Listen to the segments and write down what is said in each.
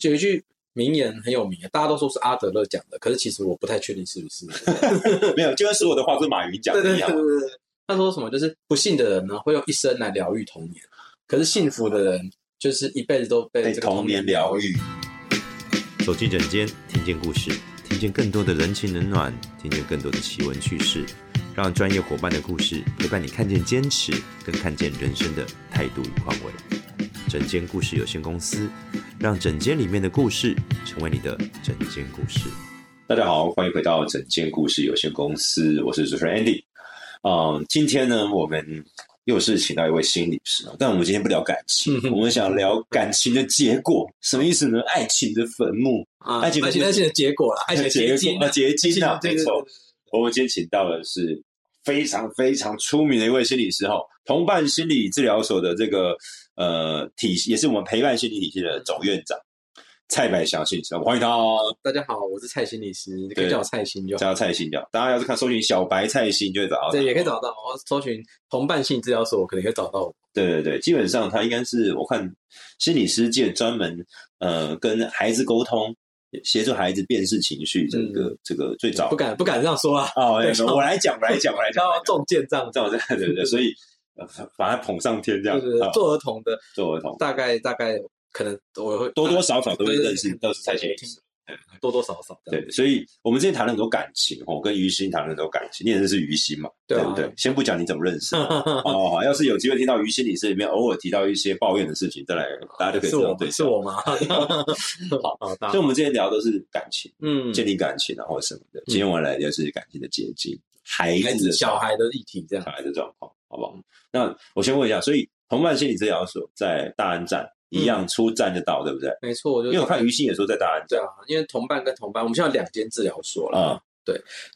有一句名言很有名，大家都说是阿德勒讲的，可是其实我不太确定是不是。 没有，就跟所有的话是马云讲对的对对一样。对对，他说什么？就是不幸的人呢，会用一生来疗愈童年；可是幸福的人，就是一辈子都被被这个童年疗疗愈，走进诊间，听见故事，听见更多的人情冷暖，听见更多的奇闻趣事，让专业伙伴的故事陪伴你看见坚持，跟看见人生的态度与宽慰。诊间故事有限公司，让诊间里面的故事成为你的诊间故事。大家好，欢迎回到整间故事有限公司，我是主持人 Andy。嗯，今天呢，我们又是请到一位心理师，啊但我们今天不聊感情嗯，哼我们想聊感情的结果，什么意思呢？爱情的坟墓，啊，爱情爱情爱情的结果啦，爱情的结晶啊，啦，结结晶啊，没错。。我们今天请到的是非常非常出名的一位心理师哈，同伴心理治疗所的这个呃体系，也是我们陪伴心理体系的总院长蔡百祥心理师，我们欢迎他哦。啊大家好，我是蔡心理师，你可对以叫我蔡心就好。叫蔡心教，大家要是看搜寻小白蔡心就会找到他。对，也可以找到我，搜寻同伴性治疗所，可能可以找到我。对对对，基本上他应该是我看心理师界专门呃跟孩子沟通，协助孩子辨识情绪这个、这个最早嗯不敢不敢这样说啊，哦，哎对我来讲，我来讲，我来 讲，要中箭这样子。这样这样对对对，所以呃把他捧上天这样对，对对啊，做儿童的做儿童。大概大概可能我会多多少少都会对对认识，对都是蔡心理师。多多少少这样对，所以我们之前谈了很多感情哦，跟于心谈了很多感情，你也认识于心嘛，对啊不对？先不讲你怎么 认识哦，好要是有机会听到于心理师里面偶尔提到一些抱怨的事情，再来大家就可以是知道我对吗是象。我吗？好，好，大所以家我们之前聊都是感情，啊嗯，建立感情啊或什么的。今天我们来聊是感情的结晶，孩孩子子的小孩的议题这样小。孩的状况，好不好？那我先问一下，所以同伴心理治疗所在大安站一样出站就到，对不对？没错，我就因为我看于心也说在大安对站啊，因为同伴跟同伴，我们现在有两间治疗所了，啊，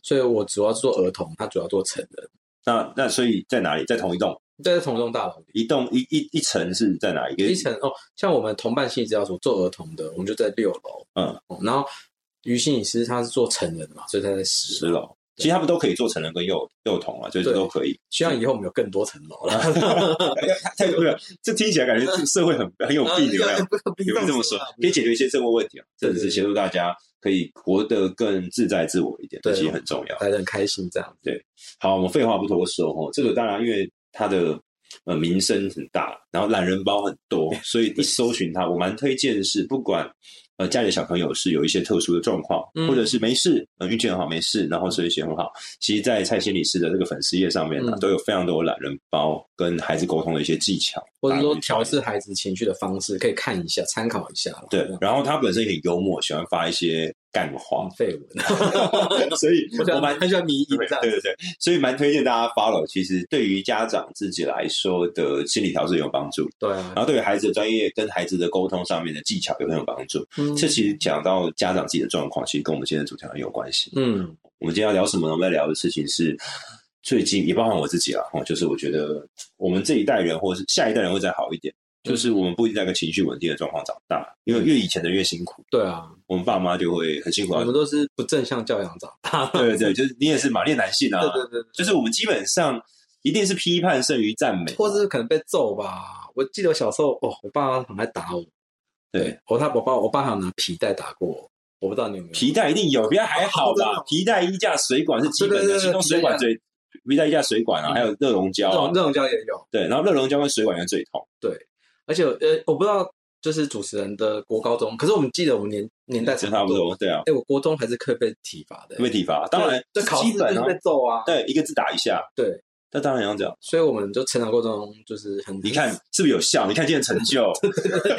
所以我主要做儿童，他主要做成人，那那所以在哪里？在同一栋。在同一栋大楼里。一栋一一一层是在哪一个？一层哦，像我们同伴心理治疗所做儿童的，我们就在六楼，嗯哦然后于心理师他是做成人的嘛，所以他在十十楼。楼。其实他们都可以做成人跟幼幼童啊，就是对都可以。 希望以后我们有更多层楼了。太没有，这听起来感觉这社会很很有呃病， 有没有？有没有这么说？可以解决一些社会问题啊，真的是协助大家可以活得更自在自我一点，这对其实很重要。还是很开心这样。好，我们废话不多说哦，这个当然因为它的呃名声很大，然后懒人包很多，所以一搜寻它，我蛮推荐是不管呃家里的小朋友是有一些特殊的状况，嗯或者是没事，呃运气很好没事，然后学习很好，其实，在蔡心理师的这个粉丝页上面呢、嗯都有非常多的懒人包跟孩子沟通的一些技巧，或者说大家可以调试孩子情绪的方式，可以看一下，参考一下啦。 对，然后他本身也很幽默，喜欢发一些干话黄，绯闻，所以我喜 我蛮欢 很喜欢迷因对这样。对对对，所以蛮推荐大家 follow。其实对于家长自己来说的心理调试有帮助，对然啊，后对于孩子的专业跟孩子的沟通上面的技巧也很有帮助。嗯这其实讲到家长自己的状况，其实跟我们今天的主题很有关系。嗯我们今天要聊什么呢？我们要聊的事情是最近也包含我自己啊，哦，就是我觉得我们这一代人或者是下一代人会再好一点，就是我们不一定在一个情绪稳定的状况长大，因为越以前的越辛苦，对啊，我们爸妈就会很辛苦我啊们。都是不正向教养长大。 对对对，就是你也是马列男性啊，对对对对，就是我们基本上一定是批判胜于赞美，或者是可能被揍吧。我记得我小时候，哦，我爸很爱打我，对我他我爸我爸好像拿皮带打过我，我不知道你有没有。皮带一定有，皮带还好哦真的吧哦？皮带衣架、水管是基本对对的，对对其中水管最皮带衣架、水管啊，嗯还有热熔胶这种啊，这种教也有，对，然后热熔胶跟水管也最痛，而且呃，我不知道就是主持人的国高中，可是我们记得我们年年代这差不。多，对啊，哎，我国中还是可以被体罚的，会被体罚，当然这考基试就本是啊，被揍啊。对，一个字打一下，对，那当然要这样。所以我们就成长过程中就是很 你看是不是有效？你看今天的成就，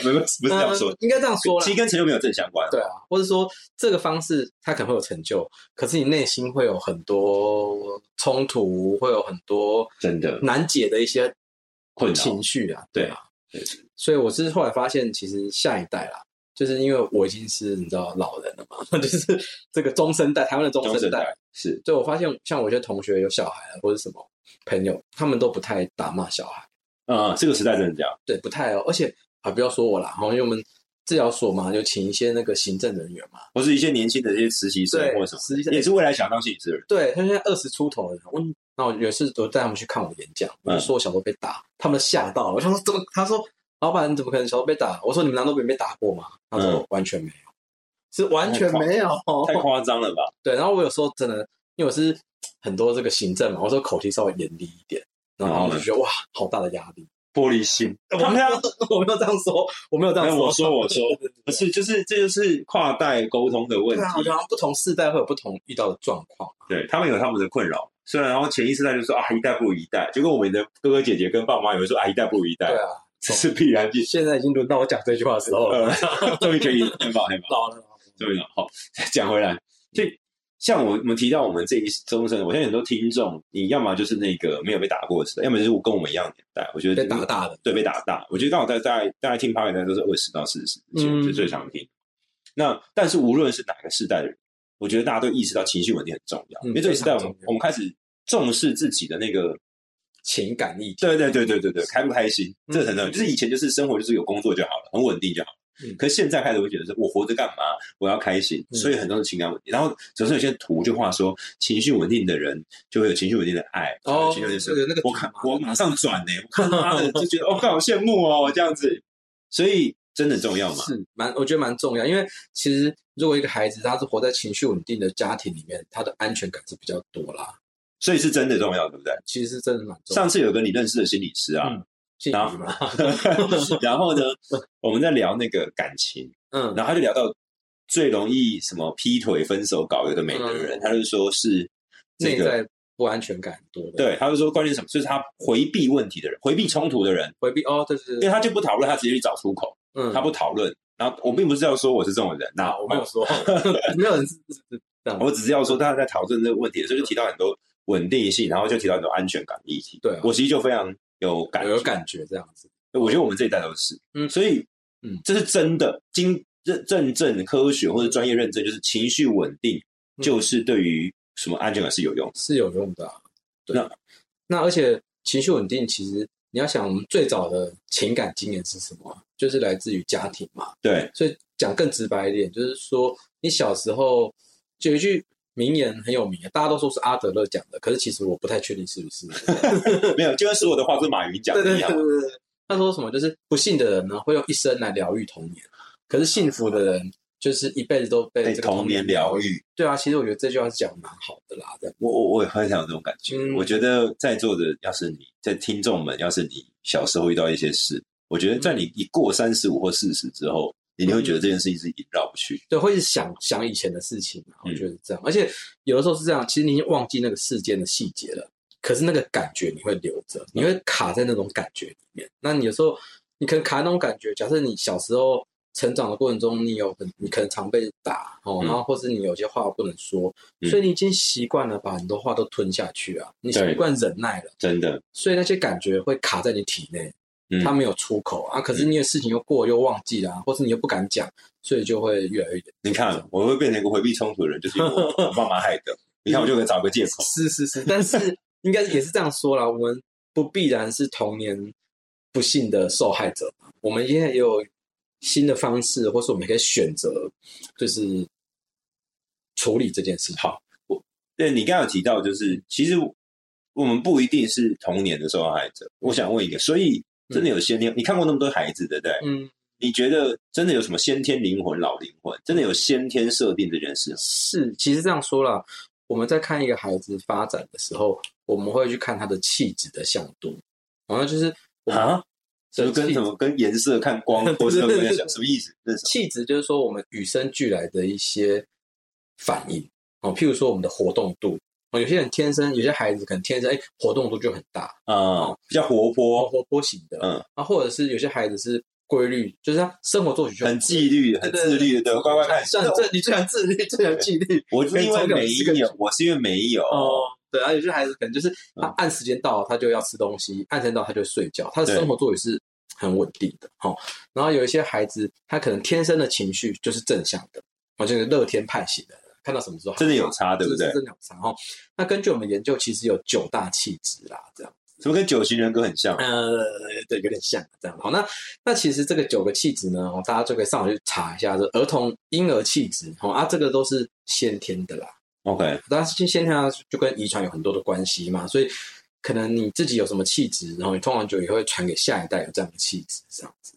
没有不是这样说呃，应该这样说啦其。实跟成就没有正相关，对啊，或者说这个方式它可能会有成就，可是你内心会有很多冲突，会有很多真的难解的一些困扰。情绪啊，对啊，对所以我是后来发现，其实下一代啦，就是因为我已经是你知道老人了嘛， 就是这个中生代，台湾的中中生生代，代是对我发现，像我一些同学有小孩啊，或者什么朋友，他们都不太打骂小孩，啊，这个时代真的这样，对，不太哦，而且啊，不要说我啦，然后因为我们治疗所嘛，就请一些那个行政人员嘛，或是一些年轻的一些实习生对或什实习么，生也是未来想当心理师的人，对他现在二十出头了，我嗯那我有一次我带他们去看我演讲，我就说我小时候被打，他们吓到了，我想说怎么？他说老板怎么可能小时候被打？我说你们难道没被打过吗？他说、嗯完全没有，是完全没有。太夸张了吧？对，然后我有时候真的，因为我是很多这个行政嘛，我说口气稍微严厉一点，然后他们就觉得哇，好大的压力。玻璃心，嗯呃我我们没要有， 我没有这样说，我没有这样没有说。我说我说对对对不是，就是这就是跨代沟通的问对啊，我题觉。得好像不同世代会有不同遇到的状况。对他们有他们的困扰，虽然然后前一世代就说啊一代不如一代，就跟我们的哥哥姐姐跟爸妈也会说啊一代不如一代对，啊，哦这是必 然的。现在已经轮到我讲这句话的时候了，呃， 终于可以很棒很棒，老了。终于了。好，讲回来，所以像我我们提到我们这一终身，我相信很多听众，你要么就是那个没有被打过的时代，要么就是我跟我们一样的年代，我觉得被打大的，对，被打大。我觉得刚好在在大家听 p o d c 都是二十到四十之间，嗯是最常听。那但是无论是哪个世代的人，我觉得大家都意识到情绪稳定很重要，嗯因为这个时代我非们常重要我们开始重视自己的那个，情感议题，对对对对对对，开不开心，嗯这个很重要。就是以前就是生活就是有工作就好了，很稳定就好了。嗯可是现在开始会觉得是我活着干嘛？我要开心，嗯所以很多的情感稳定。然后总是有些图就画说，情绪稳定的人就会有情绪稳定的爱，哦情绪稳定的生活对那个我看图嘛我马上转呢、我看妈的就觉得哦，看好羡慕哦，这样子，所以真的很重要嘛？是蛮，我觉得蛮重要，因为其实如果一个孩子他是活在情绪稳定的家庭里面，他的安全感是比较多啦，所以是真的重要，对不对？其实是真的蛮重要。嗯上次有个你认识的心理师啊，信然后宇 嘛， 然后呢，我们在聊那个感情，嗯，然后他就聊到最容易什么劈腿、分手、搞有的没的人，嗯他就说是这内个。在不安全感多的，对，他就说关键是什么？就是他回避问题的人，回避冲突的人，回避哦，对对因为对，他就不讨论，他直接去找出口，嗯，他不讨论。然后我并不是要说我是这种人呐、啊，我没有说， 没有人是是这样，我只是要说，大家在讨论这个问题的时候，就提到很多稳定性，然后就提到很多安全感议题。对啊我其实就非常有感，有感觉这样子，我觉得我们这一代都是，嗯所以，嗯嗯，这是真的经认认证科学或者专业认证，就是情绪稳定，嗯就是对于什么安全感是有用的。是有用的啊、对，那那而且情绪稳定，其实你要想，我们最早的情感经验是什么啊？就是来自于家庭嘛。对，所以讲更直白一点，就是说，你小时候就有一句名言很有名，啊大家都说是阿德勒讲的，可是其实我不太确定是不是。没有，就跟所有的话都是马云 讲对的对一对样对。对，他说什么？就是不幸的人呢，会用一生来疗愈童年；可是幸福的人，就是一辈子都被被这个哎童年疗。愈，对啊，其实我觉得这句话是讲得蛮好的啦，这样我我我也很想有这种感觉。嗯我觉得在座的要是你，在听众们，要是你小时候遇到一些事，我觉得嗯在你一过三十五或四十之后，你就会觉得这件事情是萦绕不去。对，会想想以前的事情啊，嗯我觉得是这样。而且有的时候是这样，其实你已经忘记那个事件的细节了，可是那个感觉你会留着，你会卡在那种感觉里面。那你有时候你可能卡在那种感觉，假设你小时候成长的过程中，你有很你可能常被打哦，嗯然后或是你有些话不能说，嗯所以你已经习惯了把很多话都吞下去啊，你习对惯忍耐了，真的，所以那些感觉会卡在你体内。嗯它没有出口啊，可是你的事情又过了又忘记了、啊，或是你又不敢讲，所以就会越来越你看，啊我会变成一个回避冲突的人，就是因 为我我爸妈害的。你看，我就可以找个借口。是是是，但是应该也是这样说啦，我 们不必然是童年不幸的受害者，我们现在也有新的方式，或是我们可以选择，就是处理这件事情。好，对你刚刚有提到，就是其实我们不一定是童年的受害者。我想问一个，所以真的有先天？你看过那么多孩子，对不对？嗯，你觉得真的有什么先天灵魂、老灵魂？真的有先天设定这件事吗？是，其实这样说啦，我们在看一个孩子发展的时候，我们会去看他的气质的向度，然后就是我们啊，什么跟气什么跟颜色、看光或 者对对跟对什么意思？那是什么气质就是说我们与生俱来的一些反应哦，譬如说我们的活动度哦，有些人天生，有些孩子可能天生哎活动度就很大，啊，比较活活泼、活泼型的，嗯啊，或者是有些孩子是规律，就是他生活作息就很纪律、很自律的，乖乖看。像这你最想自律，最想纪律我是因为没这个有，我是因为没有。哦。对啊，有些孩子可能就是他嗯按时间到他就要吃东西，按时间到他就睡觉，他的对生活作息是很稳定的哦。然后有一些孩子他可能天生的情绪就是正向的，哦，就是乐天派型的，看到什么时候真的有差，对不这对是？真的有差哦。那根据我们研究，其实有九大气质啦，这样，什么跟九型人格很像？呃，对，有点像这样。好，那那其实这个九个气质呢，哦，大家就可以上网去查一下，这儿童婴儿气质，哦啊，这个都是先天的啦。 OK，当然，先天啊，就跟遗传有很多的关系嘛，所以可能你自己有什么气质，然后你通常就也会传给下一代有这样的气质，这样子。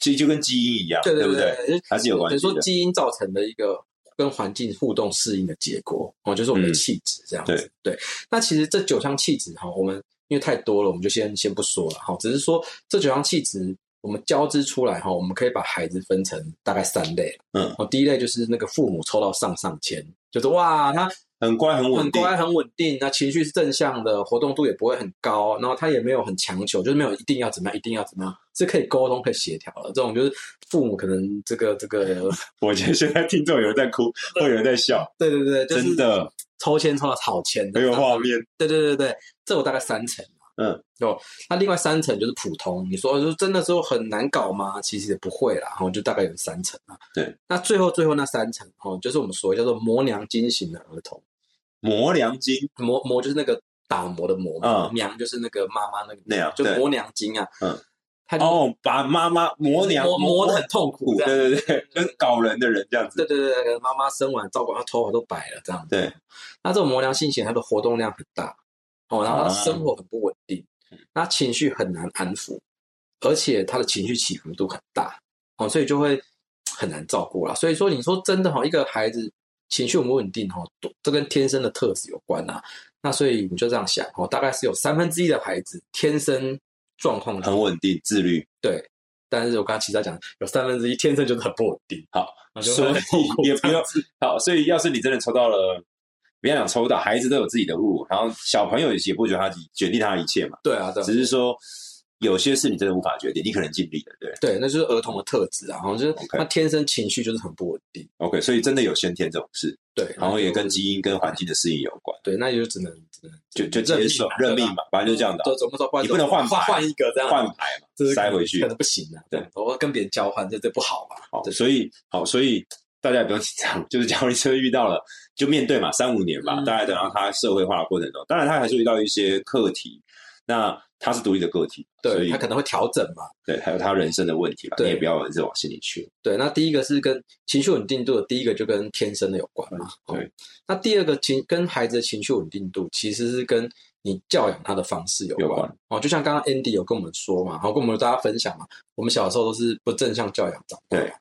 其实就跟基因一样，对不对对？对，还是有关系等的啊于说基因造成的一个跟环境互动适应的结果，哦，就是我们的气质这样子。嗯对那其实这九项气质哈，我们因为太多了，我们就先先不说了哈，只是说这九项气质。我们交织出来哈，我们可以把孩子分成大概三类。嗯哦，第一类就是那个父母抽到上上签，就是哇，他很乖，很稳很定，乖，很稳定，那情绪是正向的，活动度也不会很高，然后他也没有很强求，就是没有一定要怎么样，一定要怎么样，是可以沟通、可以协调的。这种就是父母可能这个这 个，我觉得现在听众有人在哭，会有人在笑， 对对对，就是真的抽签抽到好签，很有画面。对对对对，这有大概三层嘛嗯，哦，那另外三层就是普通。你说就是真的时候很难搞吗？其实也不会啦，哦，就大概有三层啊。对，那最后最后那三层哦，就是我们所谓叫做磨娘金型的儿童，磨良金磨磨就是那个打磨的磨嘛，嗯娘就是那个妈妈那个那样，就对磨娘筋啊，嗯，他就哦，把 妈妈磨娘磨磨得很痛苦苦，，这样 对对对，跟搞人的人这样子，对对对对，妈妈生完照顾她头发都白了这样子，对，那这种磨娘性型，她的活动量很大，哦，然后她啊嗯生活很不稳定，那情绪很难安抚，而且她的情绪起伏度很大，哦，所以就会很难照顾啦。所以说，你说真的哈、哦，一个孩子情绪稳不稳定哈、哦，都这跟天生的特质有关啊。那所以你就这样想哦，大概是有三分之一的孩子天生状况就很稳定，自律。对，但是我刚刚其实讲有三分之一天生就是很不稳定，好， 那就所会很痛苦以也不这要样子好，所以要是你真的抽到了，不要讲抽到，孩子都有自己的路，然后小朋友也不觉得他决定他的一切嘛，对啊，对啊只是说有些事你真的无法决定，你可能尽力了，对对，那就是儿童的特质啊，然后就是 OK 他天生情绪就是很不稳定， ，OK，所以真的有先天这种事，对，然后也跟就是基因跟环境的适应有关，对，那也就只能只能就就只能啊接受认命嘛，反正就这样的啊对，怎么说？然你不能换换牌换一个这样换牌嘛这是塞回去可能不行的。对，我跟别人交换，这这不好吧？好，对所以好，所以大家也不用紧张， 就是假如你真的遇到了，就面对嘛，三五年吧，嗯大概等到他社会化的过程中，当然他还是遇到一些课题，那他是独立的个体，所对以他可能会调整嘛。对，还有他人生的问题吧，你对也不要一直往心里去。对，那第一个是跟情绪稳定度的，第一个就跟天生的有关嘛。嗯对哦，那第二个情跟孩子的情绪稳定度，其实是跟你教养他的方式有有关哦。就像刚刚 Andy 有跟我们说嘛，然后跟我们大家分享嘛，我们小时候都是不正向教养长大。对，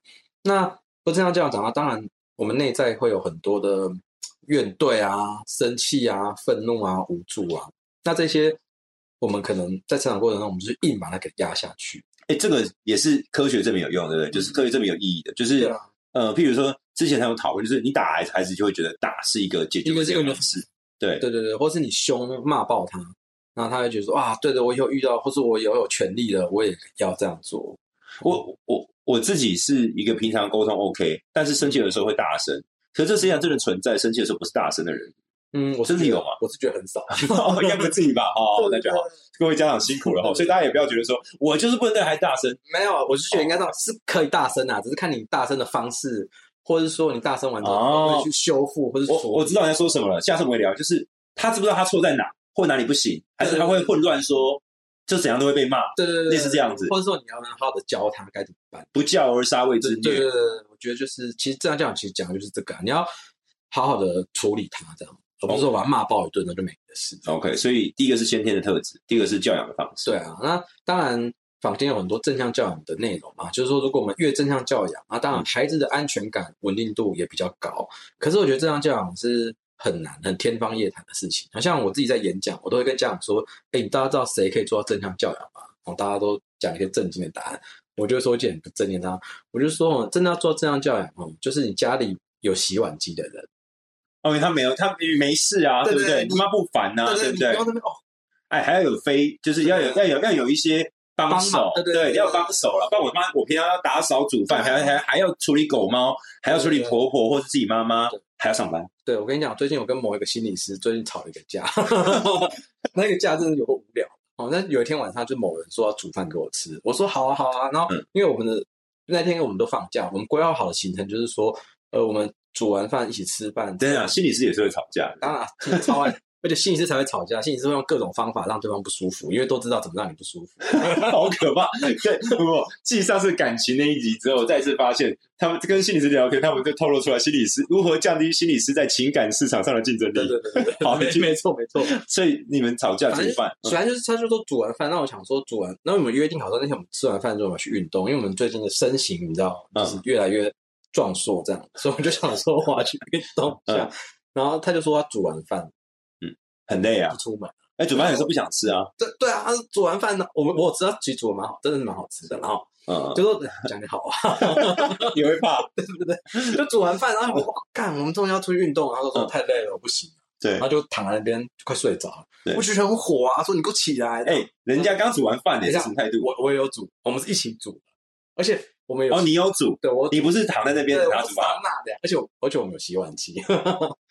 那不正向教养长大，当然我们内在会有很多的嗯怨怼啊、生气啊、愤怒啊、无助啊，那这些。我们可能在成长过程中，我们就是硬把它给压下去。哎，这个也是科学证明有用，对不对？就是科学证明有意义的，就是、嗯对啊，呃，譬如说之前他们讨论，就是你打孩子，孩子就会觉得打是一个解决一个是一问个题的方式，对对对对，或是你凶骂爆他，然后他会觉得说啊，对对，我以后遇到，或是我以后有权利了，我也要这样做。我我我自己是一个平常沟通 OK，但是生气的时候会大声。可是这世界上真的存在生气的时候不是大声的 人，嗯，我是真的觉得有吗我是觉得很少。 哦，应该不至于吧？哦，那就好，各位家长辛苦了哦。所以大家也不要觉得说我就是不能对孩子大声，没有，啊我是觉得应哦该这样，是可以大声啊，只是看你大声的方式，或者是说你大声完之后哦会去修复，或者我我知道你在说什么了，下次我们会聊。就是他知不知道他错在哪，或哪里不行，还是他会混乱说，就怎样都会被骂，对对对，类对似这样子或者说你要好好的教他该怎么办。不教而杀谓之对对虐。对，对我觉得就是其实这样这样，其实讲的就是这个啊、你要好好的处理他这样，而哦不是说把他骂爆一顿，那就没你的事。 OK，所以第一个是先天的特质，第二个是教养的方式。对啊，那当然，坊间有很多正向教养的内容嘛，就是说，如果我们越正向教养，那当嗯然孩子的安全感、稳定度也比较高。可是我觉得正向教养是很难、很天方夜谭的事情。好像我自己在演讲，我都会跟家长说：“哎，你大家知道谁可以做到正向教养吗？”哦，大家都讲一些正经的答案，我就会说一件很不正经的答案。我就说，哦，真的要做到正向教养哦，就是你家里有洗碗机的人。哦，因为他没有，他没事啊，对对不对对？你你妈不烦呐，啊对不你对不？要在那边哦，哎，还要有非，就是要有要有要有一些帮手帮忙，对对对对，对要帮手了。不然我妈，我平常要打扫、煮饭，还要还还要处理狗猫，还要处理婆婆或是自己妈妈对，还要上班。对，我跟你讲，最近我跟某一个心理师最近吵了一个架， 那个架真的有够无聊哦。那有一天晚上，就某人说要煮饭给我吃，我说好啊好啊。然后嗯因为我们的那天我们都放假，我们规划好的行程就是说，呃，我们煮完饭一起吃饭。啊真的，心理师也是会吵架的。当然超爱而且心理师才会吵架，心理师会用各种方法让对方不舒服，因为都知道怎么让你不舒服。 好可怕！对，我继上次感情那一集之后，再次发现他们跟心理师聊天，他们就透露出来心理师如何降低心理师在情感市场上的竞争对力。对对对，好没继续没错没错。所以你们吵架反怎么正办？本来就是他就说煮完饭，那我想说煮完，那我们约定好说那天我们吃完饭之后我们去运动，因为我们最近的身形你知道，嗯就是越来越壮硕这样，所以我就想说我要去运动一嗯下。 然后他就说他煮完饭很累啊不！出门，哎，主办有时候不想吃啊。对对啊，他说煮完饭呢，我们我知道其实煮的蛮好，真的是蛮好吃的。然后嗯，就说 讲你好啊，你会怕？就煮完饭，然后我哇干，我们终于要出去运动，然后他说嗯太累了，我不行，对然，后就躺在那边就快睡着了对。我就觉得很火啊，说你给我起来，哎，人家刚煮完饭，你等一是下什么态度？我我也有煮，我们是一起煮的，而且我们有哦，你有煮，对我你不是躺在那边对等我他是煮桑饭。拿的呀，而且我而且我们有洗碗机，我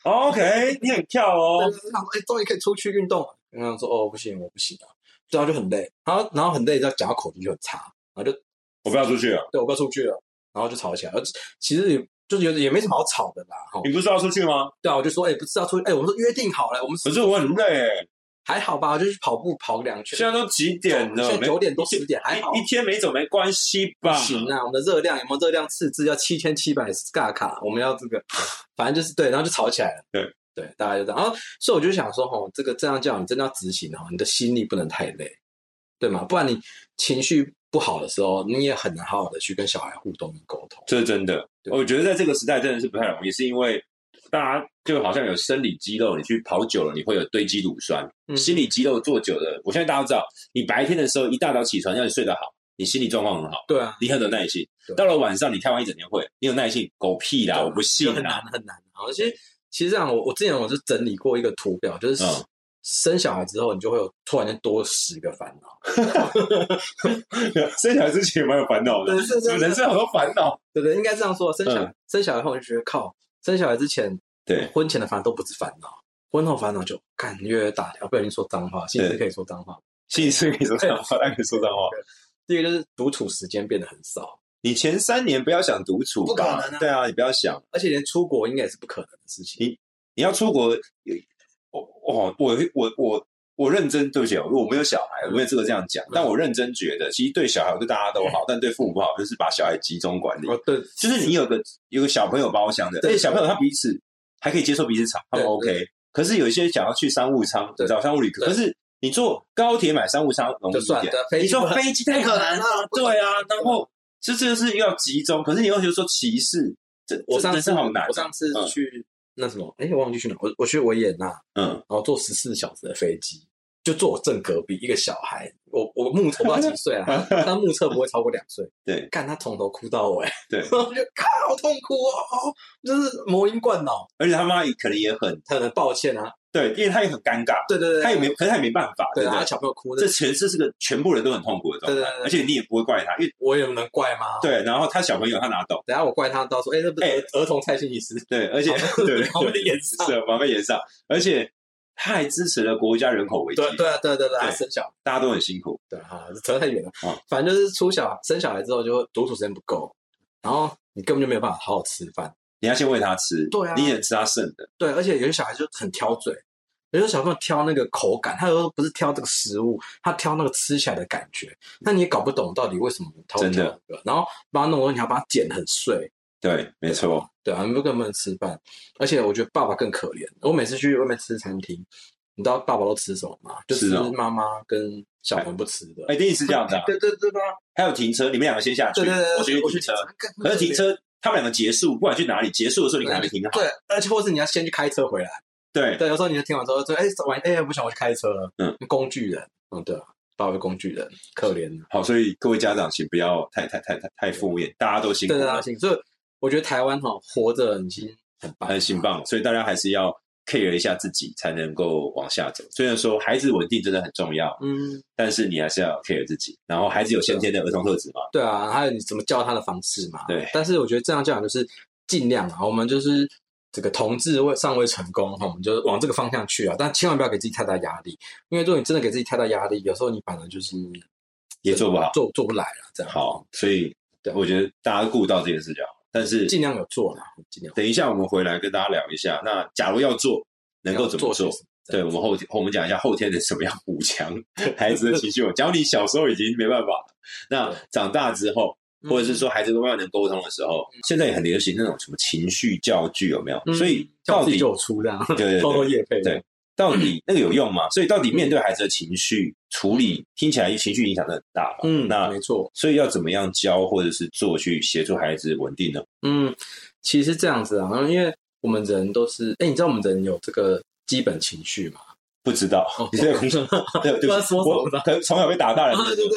哦 OK，你很跳哦。就想说哎，终于可以出去运动了。然后说哦不行，我不行啊，对啊就很累，然后然后很累，然后讲到口气就很差，然后就我不要出去啊了，对我不要出去了，然后就吵起来，而其实也就是有也没什么好吵的啦，哈，你不是要出去吗？对啊，我就说哎不知道出去，哎我们说约定好了，我们可是我很累，还好吧，我就去跑步跑两圈，现在都几点了？现在没九点多十点还好一。一天没走没关系吧？行啊，我们的热量有没有热量赤字？要七千七百卡卡，我们要 这个，反正就是对，然后就吵起来了。对对，大概就这样。然后，所以我就想说，吼，这个这样教你真的要执行哈，你的心力不能太累，对吗？不然你情绪不好的时候，你也很难好好的去跟小孩互动跟沟通。这是真的。对我觉得在这个时代真的是不太容易，是因为大家就好像有生理肌肉，你去跑久了，你会有堆积乳酸；嗯心理肌肉做久了，我相信大家都知道，你白天的时候一大早起床，让你睡得好，你心理状况很好，对啊，你很有耐心对。到了晚上，你开完一整天会，你有耐心？狗屁啦，对我不信啊就很啦难。很难。而且，其实这样，我我之前我是整理过一个图表，就是嗯生小孩之后，你就会有突然间多十个烦恼。 生小孩之前也蛮有烦恼的，对是这样人生好多烦恼。对不对？应该这样说，生小孩、生小孩后，我就觉得靠，生小孩之前，对婚前的烦恼都不是烦恼，婚后烦恼就感越打掉，不小心说脏话，其实对可以说脏话。心理师可以说脏 话，但可以说脏话。第一个就是独处时间变得很少，你前三年不要想独处吧，不可能啊对啊，你不要想。而且连出国应该也是不可能的事情。你要出国，有我我我我我我认真，对不起，我没有小孩，我没有资格这样讲。但我认真觉得，其实对小孩对大家都好，但对父母不好，就是把小孩集中管理。哦，对，就是你有个有个小朋友包厢的，而对且小朋友他彼此还可以接受彼此吵，他们对 OK。可是有一些想要去商务舱，对找商务旅客，对可是你坐高铁买商务舱容易就一算点，了，飞你机坐不可飞机太可能了，对啊。然后这这就是要集中，可是你又觉得说歧视，这我上真次是好难我。上次嗯去那什么，哎，我忘记去哪，我我去维也纳，嗯，然后坐十四小时的飞机，就坐我正隔壁一个小孩，我我目测不知道几 岁啊，但目测不会超过两岁。对干他从头哭到尾， 对然后就看好痛苦哦，就是魔音灌脑，而且他妈也可能也很他很抱歉啊，对，因为他也很尴尬，对对对，他也没，可是他也没办法，对对不啊，对？小朋友哭，这这全这是个全部人都很痛苦的状态，对对对而且你也不会怪他，因为我也能怪吗？对，然后他小朋友他哪懂？等下我怪他，到时候哎，那不是哎儿儿童蔡心理师， 对，而且对对，旁边演上是啊旁边演上，而且他还支持了国家人口危机，对对啊对对对，他对生小孩，大家都很辛苦，对啊，扯得太远了嗯，反正就是出小孩生小孩之后就独处时间不够，然后你根本就没有办法好好吃饭。你要先喂他吃，对啊你也吃他剩的，对，而且有些小孩就很挑嘴，有些小朋友挑那个口感，他有时候不是挑这个食物，他挑那个吃起来的感觉。那你也搞不懂到底为什么他会真的挑那个，然后把它弄完，你还把它剪很碎，对，没错，对啊，你不根本吃饭。而且我觉得爸爸更可怜，我每次去外面吃餐厅，你知道爸爸都吃什么吗？就吃吃哦妈妈跟小朋友不吃的。哎，一定是这样子啊，对对对吧？还有停车，你们两个先下去，对对对，我先去我去停车，干可是停车他们两个结束，不管去哪里，结束的时候你可能还没停好，对，而且或是你要先去开车回来。对，对，有时候你就听完之后，就哎，晚哎，不想我去开车了。嗯，工具人，嗯，对啊，爸爸工具人，可怜，啊好，所以各位家长请不要太太太太太负面，大家都辛苦对啊了对，对，所以我觉得台湾哈活着已经很棒，很行。棒，所以大家还是要 care 一下自己，才能够往下走。虽然说孩子稳定真的很重要，嗯，但是你还是要 care 自己。然后孩子有先天的儿童特质嘛，对啊，还有你怎么教他的方式嘛。对但是我觉得这样教养就是尽量啊，我们就是这个同志未尚未成功哈，我们就往这个方向去啊，但千万不要给自己太大压力，因为如果你真的给自己太大压力，有时候你反而就是也做不好。做做不来了，这样好，所以我觉得大家顾到这件事就好。但是尽量有做啦，尽量等一下我们回来跟大家聊一下，那假如要做，能够怎么做做些什？对我们后天，我们讲一下后天的什么样补强孩子的情绪稳。假如你小时候已经没办法了，那对长大之后，嗯或者是说孩子慢慢能沟通的时候，现在也很流行那种什么情绪教具，有没有？所以到嗯教底具就有出这样，对对 对偷偷夜配，对到底那个有用吗？所以到底面对孩子的情绪处理，听起来情绪影响都很大吧？嗯，那没错，所以要怎么样教或者是做去协助孩子稳定呢？嗯，其实这样子啊，因为我们人都是，哎、你知道我们人有这个基本情绪 吗？不 知道，你这个不知道对对不知道不起，说什我么的可能从小被打大人，啊，对对 对，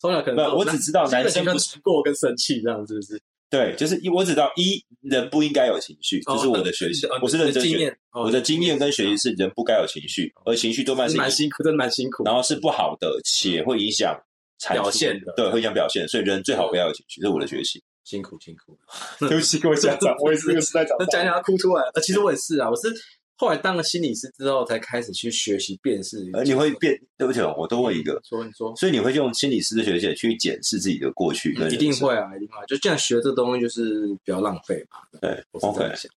从小可能不我只知道男生基本不上就难过跟生气这样，是不是？对，就是一我只知道一人不应该有情绪，这是我的学习哦，我是认真经学，验，哦我的经验跟学习是人不该有情绪，而情绪多半是是蛮辛苦，真的蛮辛苦。然后是不好的，且会影响产出表现的对，会影响表现，所以人最好不要有情绪，这是我的学 习。辛苦辛苦，对不起，各位家长，我也是这个时代长那讲讲要哭出来了。呃，其实我也是啊，我是后来当了心理师之后，才开始去学习辨识。而呃你会变，对不起，哦我多问一个，说你说，所以你会用心理师的学习去检视自己的过去嗯跟人一生，定会啊，一定会啊、就这样学这东西，就是不要浪费嘛。对我是这，OK，样想。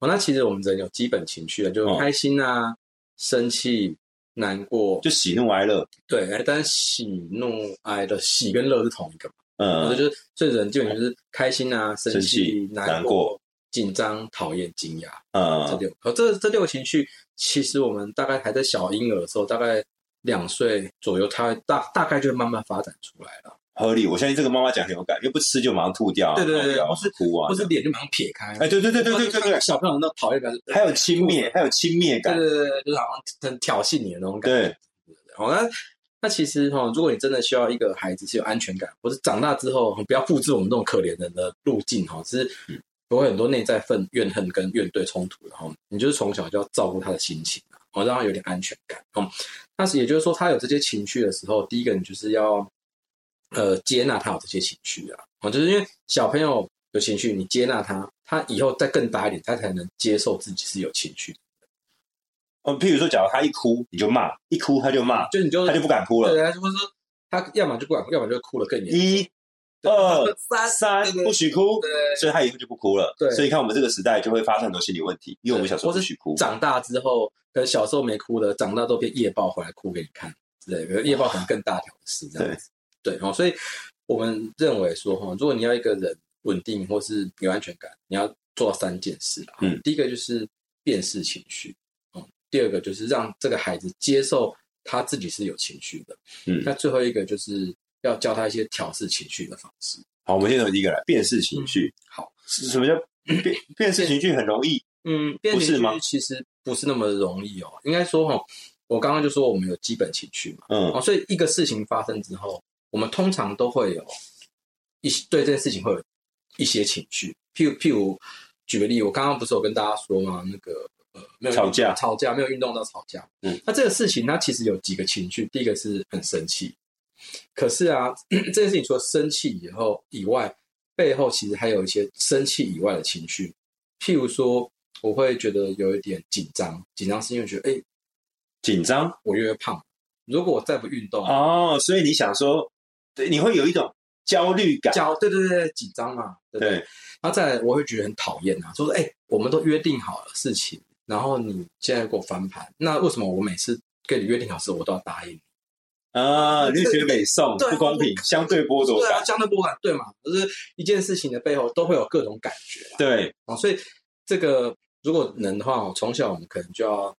哦，那其实我们人有基本情绪啊，就嗯是开心啊、生气、难过，就喜怒哀乐，对。哎但是喜怒哀的喜跟乐是同一个嘛，所嗯以，就是所以人基本就是开心啊、生生气气、难难过过、紧张、讨厌、惊讶这呃，六个。这这六个情绪，其实我们大概还在小婴儿的时候，大概两岁左右，它会大大概就会慢慢发展出来了，合理。我相信这个妈妈讲很有感，又不吃就马上吐掉啊，对对对然后或是哭啊或，是脸就马上撇开。啊哎，对对对对对对对，小朋友那讨厌感，还有轻蔑，还有轻蔑对感，对对，对就是好像很挑衅你的那种感觉。对，好，那那其实哈、如果你真的需要一个孩子是有安全感，或是长大之后不要复制我们这种可怜人的路径哈、是嗯有很多内在愤、怨恨跟怨对冲突的哈、你就是从小就要照顾他的心情啊，哦，让他有点安全感。哦，但是也就是说，他有这些情绪的时候，第一个你就是要呃接纳他有这些情绪啊，哦，就是因为小朋友有情绪，你接纳他，他以后再更大一点，他才能接受自己是有情绪的，哦，譬如说，假如他一哭你就骂，一哭他就骂，就你就他就不敢哭了。对，他就会说他要么就不管，要么就哭得更严重。一、二、三三，对对不许哭，对所以他以后就不哭了。对所以你看我们这个时代就会发生很多心理问题，因为我们小时候不许哭。长大之后，跟小时候没哭的，长大都变夜报回来哭给你看之类的，夜报可能更大条的事这样子。对，哦，所以我们认为说，哦哈，如果你要一个人稳定或是有安全感，你要做到三件事啦。嗯，第一个就是辨识情绪，嗯，第二个就是让这个孩子接受他自己是有情绪的，嗯那最后一个就是要教他一些调试情绪的方式。好，我们先从第一个来辨识情绪。嗯好，是什么叫辨辨识情绪很容易？嗯，变不是情吗绪其实不是那么容易哦。应该说哈，我刚刚就说我们有基本情绪嘛，嗯哦，所以一个事情发生之后，我们通常都会有一些对这件事情会有一些情绪。譬如譬如举个例，我刚刚不是有跟大家说吗？那个呃，没有吵运动架吵架没有运动到吵架。嗯，那这个事情它其实有几个情绪，第一个是很生气，可是啊， 这件事情除了生气以后以外，背后其实还有一些生气以外的情绪，譬如说，我会觉得有一点紧张，紧张是因为觉得，哎、紧张我越来越胖，如果我再不运动，哦，所以你想说，对，你会有一种焦虑 感。焦，对对对，紧张嘛，对不对？对，然后再来，我会觉得很讨厌啊，说，哎、我们都约定好了事情，然后你现在给我翻盘，那为什么我每次跟你约定好事，我都要答应？啊，你就觉得北宋对不公平， 相对剥夺对啊，感。相对不感，对嘛？就是一件事情的背后都会有各种感觉啦。对，哦，所以这个如果能的话，哦从小我们可能就要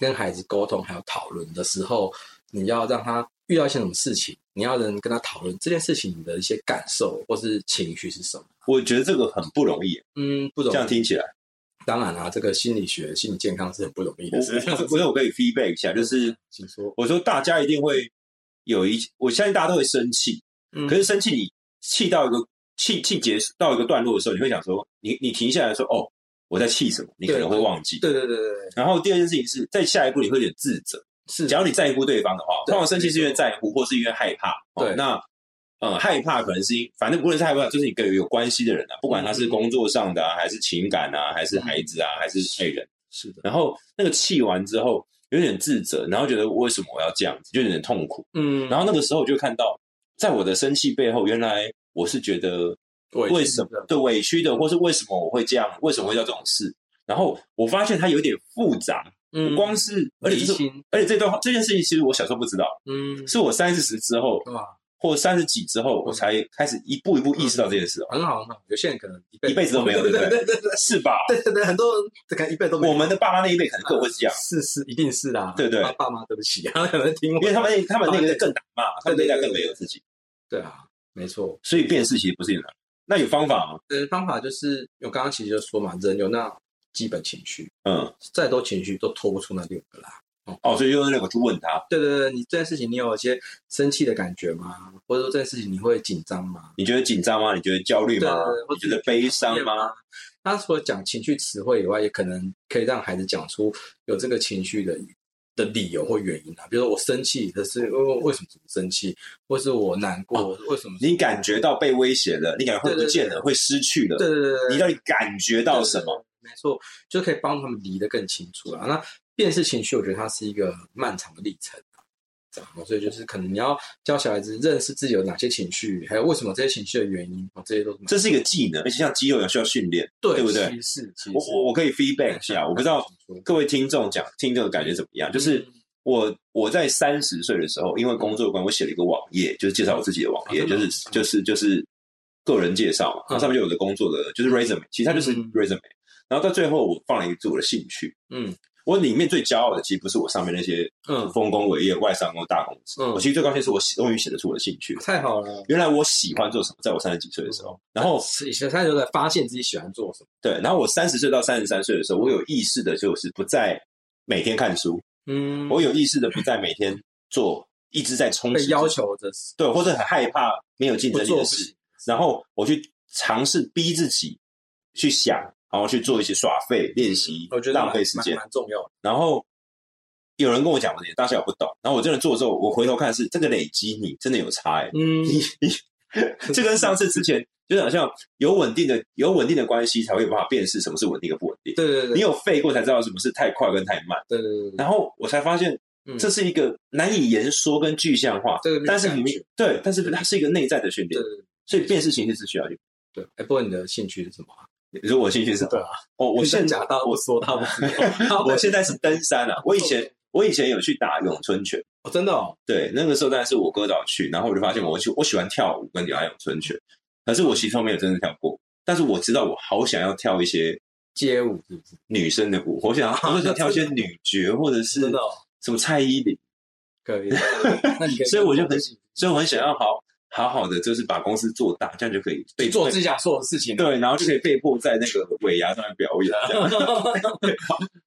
跟孩子沟通，还有讨论的时候，你要让他遇到一些什么事情，你要能跟他讨论这件事情的一些感受或是情绪是什么。我觉得这个很不容易。嗯，不这容样易。听 起来，当然啦、这个心理学、心理健康是很不容易我的事。我我我可以 feedback 一下，就是请说。我说大家一定会有一，我相信大家都会生气，嗯可是生气你气到一个气气结束到一个段落的时候，你会想说，你你停下来说，哦，我在气什么？你可能会忘记。对对对对对，然后第二件事情是在下一步你会有点自责，是假如你在乎对方的话，对通常生气是因为在乎，或是因为害怕。哦对那呃，害怕可能是因，反正不论是害怕，就是你跟有关系的人啊，不管他嗯是工作上的啊，还是情感啊，还是孩子啊，还是爱人。是的，然后那个气完之后，有点自责，然后觉得为什么我要这样子，就有点痛苦。嗯，然后那个时候我就看到，在我的生气背后，原来我是觉得委屈为什么的对委屈的，或是为什么我会这样，为什么会叫这种事。然后我发现它有点复杂，嗯我光是而且离这是心而且这段话这件事情，其实我小时候不知道，嗯，是我三十之后哇，或三十几之后，我才开始一步一步意识到这件事哦，很好很好。有些人可能一辈一辈子都没有，对对不对对？对对是吧？对对对，很多人可能一辈子都没有。我们的爸妈那一辈可能更会是这样，是是，一定是啦。对对爸爸妈对不起，他可能听我因的，为他们那他们那个更打骂，他们那一代更没有自己，对啊，没错。所以辨识其实不是很难。那有方法吗？呃，方法就是我刚刚其实就说嘛，人有那基本情绪，嗯，再多情绪都脱不出那六个啦。哦，所以用那个去问他，对对对，你这件事情你有一些生气的感觉吗？或者说这件事情你会紧张吗？你觉得紧张吗？你觉得焦虑吗对对对？你觉得悲伤吗？那除了讲情绪词汇以外，也可能可以让孩子讲出有这个情绪的的理由或原因啊，比如说我生气，可是为为什么生气，或是我难过，为什么？你感觉到被威胁了，你感觉会不见了，会失去了对，对对对，你到底感觉到什么？没错，就可以帮他们理得更清楚了。那辨识情绪，我觉得它是一个漫长的历程啊，这样，所以就是可能你要教小孩子认识自己有哪些情绪，还有为什么这些情绪的原因，哦，这些都是蛮这是一个技能，而且像肌肉也需要训练。对对不对其实是，其实我我我可以 feedback 一下，我不知道嗯各位听众讲听众的感觉怎么样，就是。我我在三十岁的时候，因为工作关系，我写了一个网页，就是介绍我自己的网页，啊真就的是嗯就是就是个人介绍嘛，嗯然后上面就有我的工作的，就是 resume，其实它就是嗯 resume。然后到最后，我放了一个自我的兴趣，嗯我里面最骄傲的，其实不是我上面那些嗯，丰功伟业、外商或大公司，嗯我其实最高兴是我写终于写得出我的兴趣。太好了。原来我喜欢做什么，在我三十几岁的时候，嗯然后是小三就在发现自己喜欢做什么，对，然后我三十岁到三十三岁的时候，我有意识的就是不再每天看书，嗯，我有意识的不再每天做一直在充被实要自己求着是对，或者很害怕没有竞不争力做的不事行，，然后我去尝试逼自己去想，然后去做一些耍废练习嗯我觉，得浪蛮费时蛮间。蛮重要 的，然后有人跟我讲我的，当时我不懂，然后我真的做之后，我回头看是这个累积你真的有 差哎、嗯，这跟上次之前就是好像有稳定的有稳定的关系才会有办法辨识什么是稳定跟不稳定。对对对，你有废过才知道什么是太快跟太慢，对对对对，然后我才发现嗯这是一个难以言说跟具象化，这个没有但是感你觉对，但是它是一个内在的训练对，对所以辨识情绪是需要去。对，哎，不过你的兴趣是什么啊？你说我的兴趣是什么？对啊，哦，我现在假到我说他们，我现在是登山啊，我以前我以前有去打咏春拳，哦真的哦，对，那个时候当然是我哥找我去，然后我就发现我喜我喜欢跳舞跟打咏春拳，可是我其实都没有真正跳过，但是我知道我好想要跳一些街舞是不是？女生的舞，我想要我想 跳一些女角或者是真的哦，什么蔡依林，可以。那你可以，所以我就很所以我很想要好好好的就是把公司做大，这样就可以被做自己想做的事情。对，然后就可以被迫在那个尾牙上面表演，这样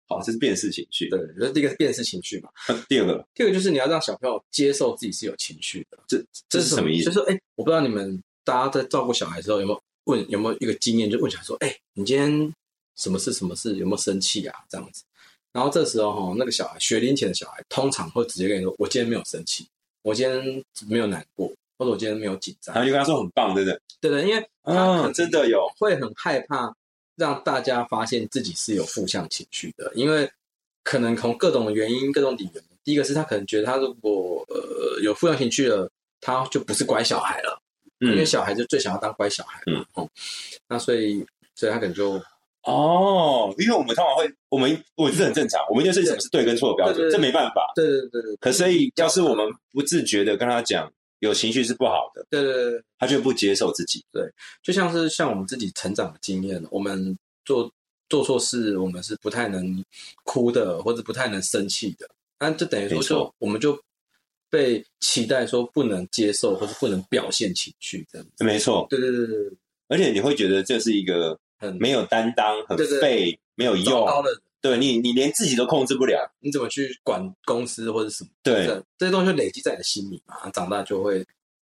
好，这是辨识情绪。对，就是第一个是辨识情绪嘛，第二个，第二个就是你要让小朋友接受自己是有情绪的。这这是什么意思就？是哎、我不知道你们大家在照顾小孩的时候有没有问有没有一个经验，就问小孩说，哎、你今天什么事什么事有没有生气啊？这样子。然后这时候哈，那个小孩学龄前的小孩，通常会直接跟你说，我今天没有生气，我今天没有难过，或者我今天没有紧张然。后就跟他说很棒，对不对？对对，因为他可啊，能真的有，会很害怕让大家发现自己是有负向情绪的，因为可能从各种原因、各种理由，第一个是他可能觉得他如果呃有负向情绪了，他就不是乖小孩了，因为嗯，小孩就最想要当乖小孩嘛，哦，那所以所以他可能就哦，因为我们通常会，我们我觉得很正常，我们就是什么是对跟错的标对准，对这没办法。对对对对可所以，要是我们不自觉的跟他讲有情绪是不好的，对对对，他就不接受自己。就像是像我们自己成长的经验，我们做做错事，我们是不太能哭的，或者不太能生气的。那就等于说没就，错我们就被期待说不能接受，或者不能表现情绪这样子。没错，对对对对对，而且你会觉得这是一个很没有担当、很对对废、没有糟用，糕了。对你，你连自己都控制不了。你怎么去管公司或者什么？对，这这些东西就累积在你的心里嘛，长大就会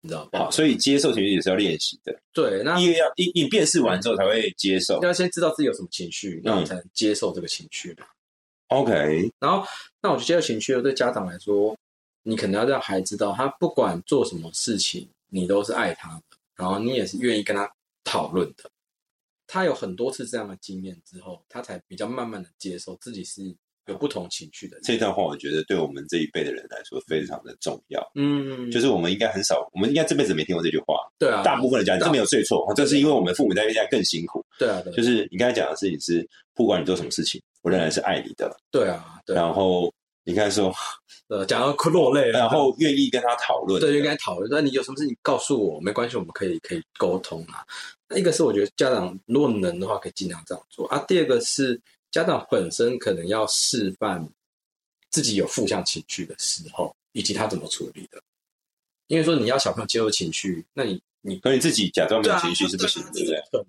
你知道吧？好，所以接受情绪也是要练习的，对，那因为要你你辨识完之后才会接受。要先知道自己有什嗯么情绪，然后你才能接受这个情绪。 OK，然后，那我觉得接受情绪对家长来说，你可能要让孩子知道，他不管做什么事情，你都是爱他的，然后你也是愿意跟他讨论的。他有很多次这样的经验之后，他才比较慢慢的接受自己是有不同情绪的人。这段话我觉得对我们这一辈的人来说非常的重要，嗯，就是我们应该很少，我们应该这辈子没听过这句话。对啊，大部分的家庭大这没有对错，这是因为我们父母在现在更辛苦。对啊，对啊就是你刚才讲的事情是，不管你做什么事情，我仍然是爱你的。对啊，对啊，然后啊你看说，呃讲到快落泪了，然后愿意跟他讨论，对，就跟他讨论。那你有什么事情告诉我，没关系，我们可以可以沟通啊。那一个是我觉得家长如果能的话，可以尽量这样做啊。第二个是家长本身可能要示范自己有负向情绪的时候，以及他怎么处理的。因为说你要小朋友接受情绪，那你你可你自己假装没有情啊绪是不行，对不对？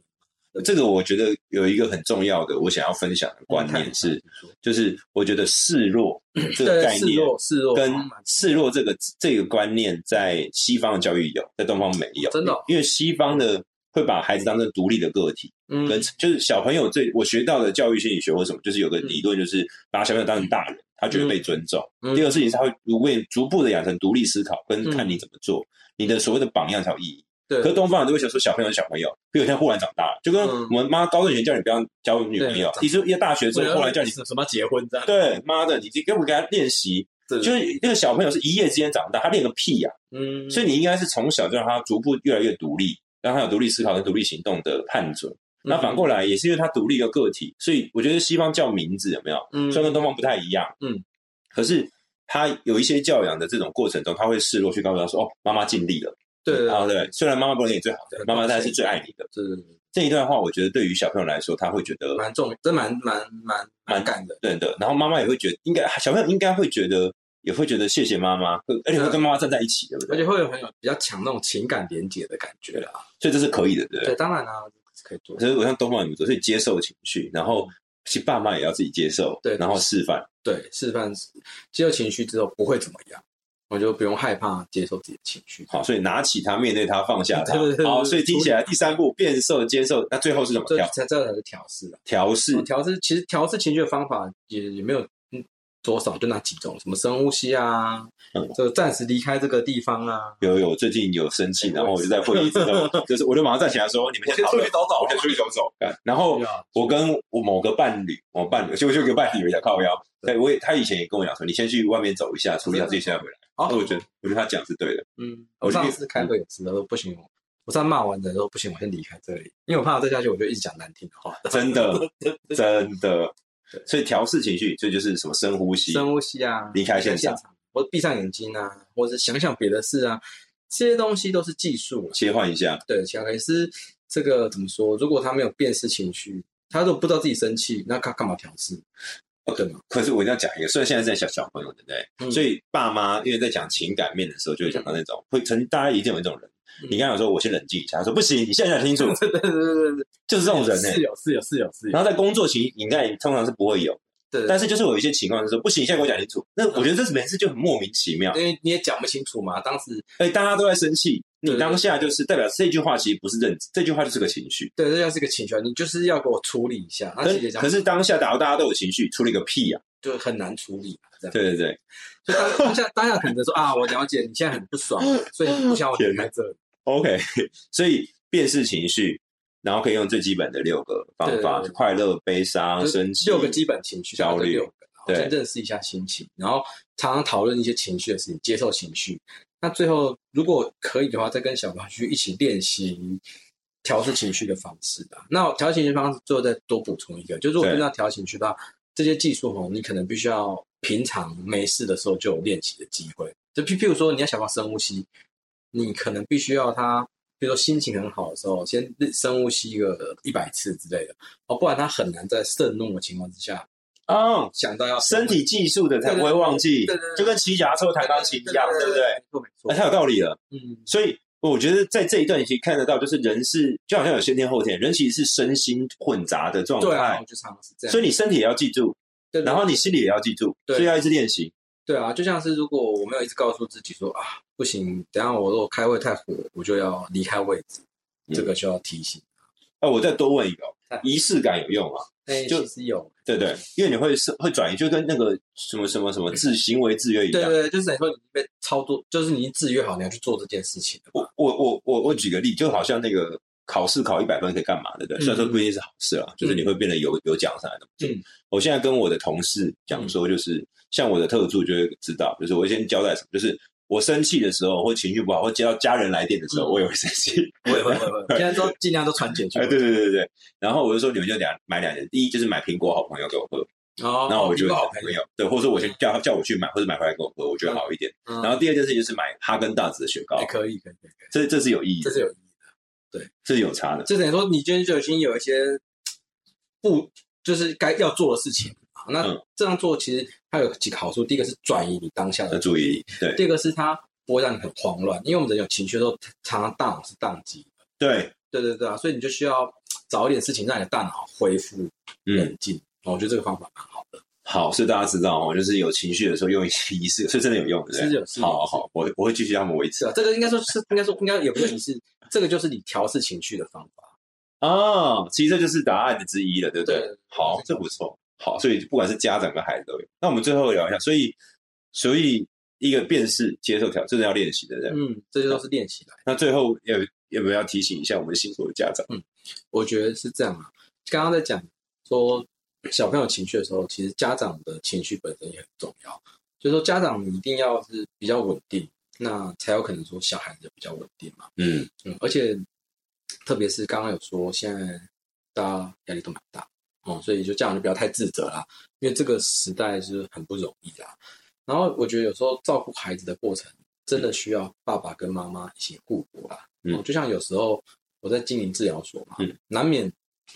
这个我觉得有一个很重要的，我想要分享的观念是，就是我觉得示弱这个概嗯对，示念，弱示弱跟示弱这个这个观念在西方的教育有，在东方没有。真的哦因为西方的会把孩子当成独立的个体，嗯跟就是小朋友最我学到的教育心理学或什么，就是有个理论，就是把小朋友当成大人，他觉得被尊重。嗯第二个事情是他会逐渐逐步的养成独立思考，跟嗯看你怎么做，你的所谓的榜样才有意义。对可是东方人都会想说小朋友是小朋友，可有一天忽然长大了，就跟嗯我们妈高中以前叫你不要交女朋友，对你是一大学之后后来叫你什么要结婚这样，对妈的，你给不给他练习？对就是那个小朋友是一夜之间长大，他练个屁呀、嗯，所以你应该是从小就让他逐步越来越独立，让他有独立思考跟独立行动的判准。嗯那反过来也是因为他独立一个个体，所以我觉得西方叫名字有没有？嗯虽然跟东方不太一样，嗯，可是他有一些教养的这种过程中，他会示弱去告诉他说：“哦，妈妈尽力了。”对对然后对，虽然妈妈不能给你最好的，对妈妈她是最爱你的。是这一段话，我觉得对于小朋友来说，他会觉得蛮重，真蛮蛮蛮蛮感的，对的，然后妈妈也会觉得，应该小朋友应该会觉得，也会觉得谢谢妈妈，会而且会跟妈妈站在一起，对不啊而对且？会有很有比较强那种情感连结的感觉啦。所以这是可以的，对不对，对？当然啦，可以做。所以我像东方人所以接受情绪，然后其实爸妈也要自己接受，对然后示范。对，示范接受情绪之后不会怎么样，我就不用害怕接受自己的情绪。好，所以拿起它，面对它，放下它对对。对好，对所以听起来第三步变受、接受，那最后是怎么这调这这才是调试啦。哦调试？调试其实调试情绪的方法也也没有嗯多少，就那几种，什么深呼吸啊，嗯这个暂时离开这个地方啊。有有，我最近有生气，哎然后我我也就是在会议之 中，就是我就马上站起来说：“你们先讨论，走我先出去走走。”嗯然后对啊我跟我某个伴侣，我伴侣就就有个伴侣讲靠腰，对我也他以前也跟我讲说，你先去外面走一下，处理好自己，现在回来。好，哦那我觉得，我觉得他讲是对的。嗯，我我就上次开会也是，他说不行，我上次骂完人说不行，我先离开这里，因为我怕我再下去我就一直讲难听的话。真的，真的。所以调试情绪，这就是什么深呼吸，深呼吸啊，离开现场场，或者闭上眼睛啊，或者想想别的事啊，这些东西都是技术啦。切换一下。对，小孩是这个怎么说？如果他没有辨识情绪，他都不知道自己生气，那他干嘛调试？ 对吗？可是我一定要讲一个，虽然现在是在小小朋友，对不对？嗯所以爸妈因为在讲情感面的时候，就会讲到那种会曾大家一定有一种人，嗯你刚才说我先冷静一下，他说不行，你现在 讲清楚，对对对对对，就是这种人呢、欸是有是有是有是有，然后在工作情应该通常是不会有，对，但是是就是有一些情况是说不行，现在给我讲清楚。那我觉得这是每次就很莫名其妙，因为你也讲不清楚嘛，当时哎，大家都在生气，你对当下就是代表这句话其实不是认知，这句话就是个情绪。对，这要是个情绪，你就是要给我处理一下，那可其实是也讲可是当下，假如大家都有情绪，处理个屁啊！就很难处理嘛，这样。对对对，所以当当下当下可能说啊，我了解你现在很不爽，所以你不想我离开这里。 OK，所 以辨识情绪，然后可以用最基本的六个方法：对对对快乐、悲伤、就是生气。六个基本情绪，焦虑大概就六个，对然后先认识一下心情，然后常常讨论一些情绪的事情，接受情绪。那最后如果可以的话，再跟小朋友去一起练习调试情绪的方式吧。那调情绪方式最后再多补充一个，就是我对跟他调情绪的话，这些技术哦，你可能必须要平常没事的时候就有练习的机会。就譬譬如说，你要小朋友深呼吸，你可能必须要他，比如说心情很好的时候，先深呼吸个一百次之类的。哦，不然他很难在盛怒的情况之下哦，想到要身体技术的才不会忘记对对对对，对就跟骑脚踏车、弹钢琴一样，对不对？？没错，哎，没太错。有道理了。嗯，所以呃我觉得在这一段你可以看得到，就是人是就好像有先天后天，人其实是身心混杂的状对啊，态我，就常常是这样。所以，以你身体也要记住，对对然后你心里也要记住，对所以要一直练习。对啊，就像是如果我没有一直告诉自己说啊，不行，等一下我如果开会太火，我就要离开位置，嗯这个就要提醒。哎，我再多问一个哦哎，仪式感有用吗？哎，就其实有，对不对，因为你会是会转移，就跟那个什么什么什么自行为制约一对样。对对，就是你说你被操作，就是你已经制约好你要去做这件事情了嘛。我我我我我举个例，就好像那个考试考一百分可以干嘛，对不对？嗯虽然说不一定是好事啊，就是你会变得有有奖赏的。嗯，我现在跟我的同事讲说，就是、像我的特助就会知道，就是我会先交代什么，就是我生气的时候或情绪不好或接到家人来电的时候，嗯我也会生气。哎我也会，会 会，现在都尽量都传简讯哎，。对对对对对。然后我就说，你们就两买两件，第一就是买苹果好朋友给我喝，哦，那我就遇到好朋嗯朋友，对，或者说我先叫他叫我去买，或者买回来给我喝，我觉得好一点。友，然后第二件事情就是买哈根达斯的雪糕也，嗯哎可以，可以，可以可这这是有意义以，的这，是有意义。这是有差的。就等于说，你今天就已经有一些不就是该要做的事情啊。那嗯这样做其实它有几个好处，第一个是转移你当下要的注意，对第二个是它不会让你很慌乱，因为我们人有情绪的时候，常常大脑是宕机。对，对对对啊，所以你就需要找一点事情让你的大脑恢复嗯，冷静。哦我觉得这个方法蛮好的。好，所以大家知道哦，就是有情绪的时候用一些仪式，所以 真的有用，对不是对有是？有好好好，我我会继续让他们维是持啊，这个应该说是应该说应该也不是你是这个就是你调试情绪的方法。啊。其实这就是答案的之一了，对不对对对？好，这不错，好，所以不管是家长跟孩子都有。那我们最后聊一下，所以所以一个辨识、接受调，真的要练习，对不对？嗯，这些都是练习来的。那最后有有没有要提醒一下我们新手的家长？我觉得是这样啊。刚刚在讲说小朋友情绪的时候，其实家长的情绪本身也很重要。就是说，家长你一定要是比较稳定，那才有可能说小孩子比较稳定嘛。嗯，嗯，而且特别是刚刚有说，现在大家压力都蛮大哦，所以就家长就不要太自责啦，因为这个时代是很不容易啦。然后我觉得有时候照顾孩子的过程，真的需要爸爸跟妈妈一起互补啦。嗯哦就像有时候我在经营治疗所嘛，嗯难免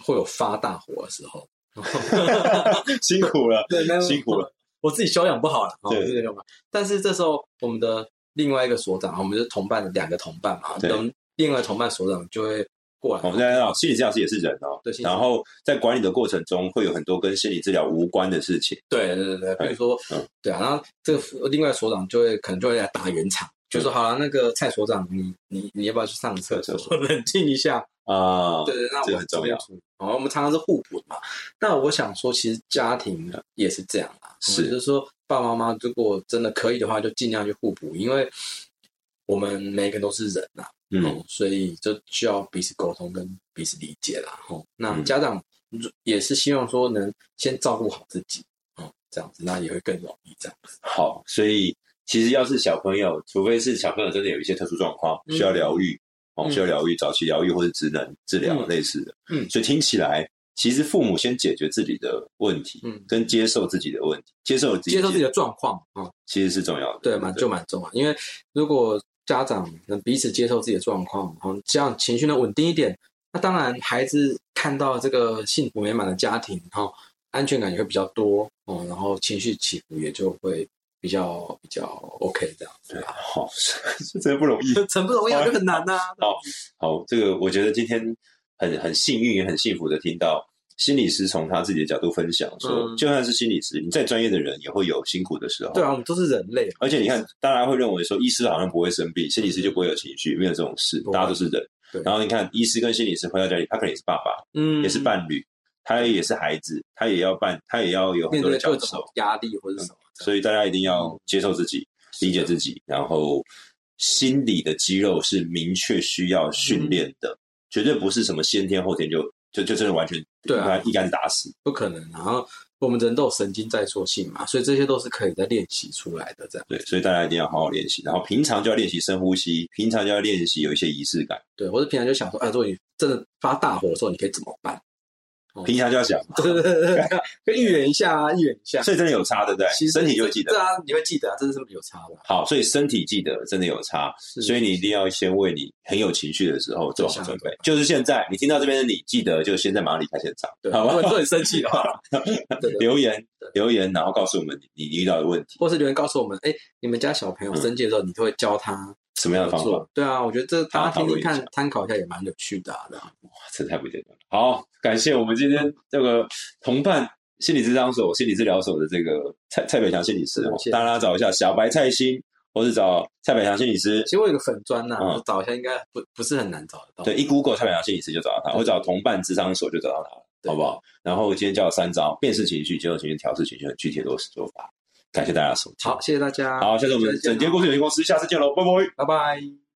会有发大火的时候。嗯 辛苦了，对，那辛苦了。我自己修养不好了，哦对我自己修养不好。但是这时候，我们的另外一个所长，我们就是同伴两个同伴嘛，对哦等另外同伴所长就会过来，我们大家知道，心理治疗师也是人哦对心理。治疗然后在管理的过程中，会有很多跟心理治疗无关的事情。对对对对，比如说，嗯对啊，然后这个另外所长就会可能就会来打圆场，就说好了，那个蔡所长，你你你要不要去上厕所嗯上厕，所 冷静一下？啊，对对，那这个我很重这边要处理。哦，我们常常是互补的嘛。那我想说，其实家庭也是这样啊，是就是说爸爸妈妈如果真的可以的话，就尽量去互补，因为我们每个人都是人啊，嗯哦，所以就需要彼此沟通跟彼此理解啦。哦，那嗯家长如也是希望说能先照顾好自己，哦，这样子那也会更容易这样子。好，所以其实要是小朋友，除非是小朋友真的有一些特殊状况嗯需要疗愈，哦，嗯需要疗愈，早期疗愈或是职能治疗嗯类似的，嗯所以听起来其实父母先解决自己的问题，嗯，跟接受自己的问题，接受自己接受自己的状况啊，哦其实是重要的，对，蛮就蛮重要。因为如果家长能彼此接受自己的状况，然后这样情绪能稳定一点，那当然孩子看到这个幸福美满的家庭，然后安全感也会比较多哦，然后情绪起伏也就会比较比较 OK 这样 子啊。好，这真的不容易。成不容易啊，就很难呐、好，这个我觉得今天很很幸运也很幸福的听到心理师从他自己的角度分享说，嗯就算是心理师，你再专业的人也会有辛苦的时候。对啊，我们都是人类，而且你看，大家会认为说医师好像不会生病，心理师就不会有情绪，没有这种事不，会大家都是人对。然后你看，医师跟心理师回到家里，他可能也是爸爸，嗯，也是伴侣，他也是孩子，他也要伴，他也要有很面多对的各角种色。嗯压力或者什么，所以大家一定嗯要接受自己，理解自己，然后心理的肌肉是明确需要嗯训练的，绝对不是什么先天后天就就就真的完全对啊把它一竿子打死。不可能。然后我们人都有神经在塑性嘛，所以这些都是可以在练习出来的。这样对，所以大家一定要好好练习，然后平常就要练习深呼吸，平常就要练习有一些仪式感，对，或者平常就想说，哎，如果你真的发大火的时候，你可以怎么办？ 哦平常就要想，对对对对，可以预演一下啊，预演一下。所以真的有差，对不对？其实身体就会记得对。啊，你会记得啊，真的是有差的啊。好，所以身体记得真的有差，是所以你一定要先为你很有情绪的时候做好想准备。就是现在，你听到这边的你，记得就现在马上离开现场，对，好如吧果？ 你很生气的话，对对，对留言留言，然后告诉我们你你遇到的问题，或是留言告诉我们，哎，你们家小朋嗯友生气的时候，你都会教他什么样的方法？哇做？对啊，我觉得这大家听听大家讨论一看下，参考一下也蛮有趣的啊。对啊这太不简单了。好，感谢我们今天这个同伴心理治疗所、心理治疗所的这个蔡蔡北强心理师哦谢谢，大家找一下小白蔡心，或是找蔡北强心理师其。实我有个粉砖呐，嗯我找一下应该不不是很难找得到。对，一 Google 蔡北强心理师就找到他，或找同伴智商所就找到他，对好不好？然后今天教了三招：辨识情绪、接受情绪、调试情绪，很具体的做法。感谢大家的收听。好，，谢谢大家。好，下次我们再见整间哦故事有限公司，下次见喽，拜拜。拜拜。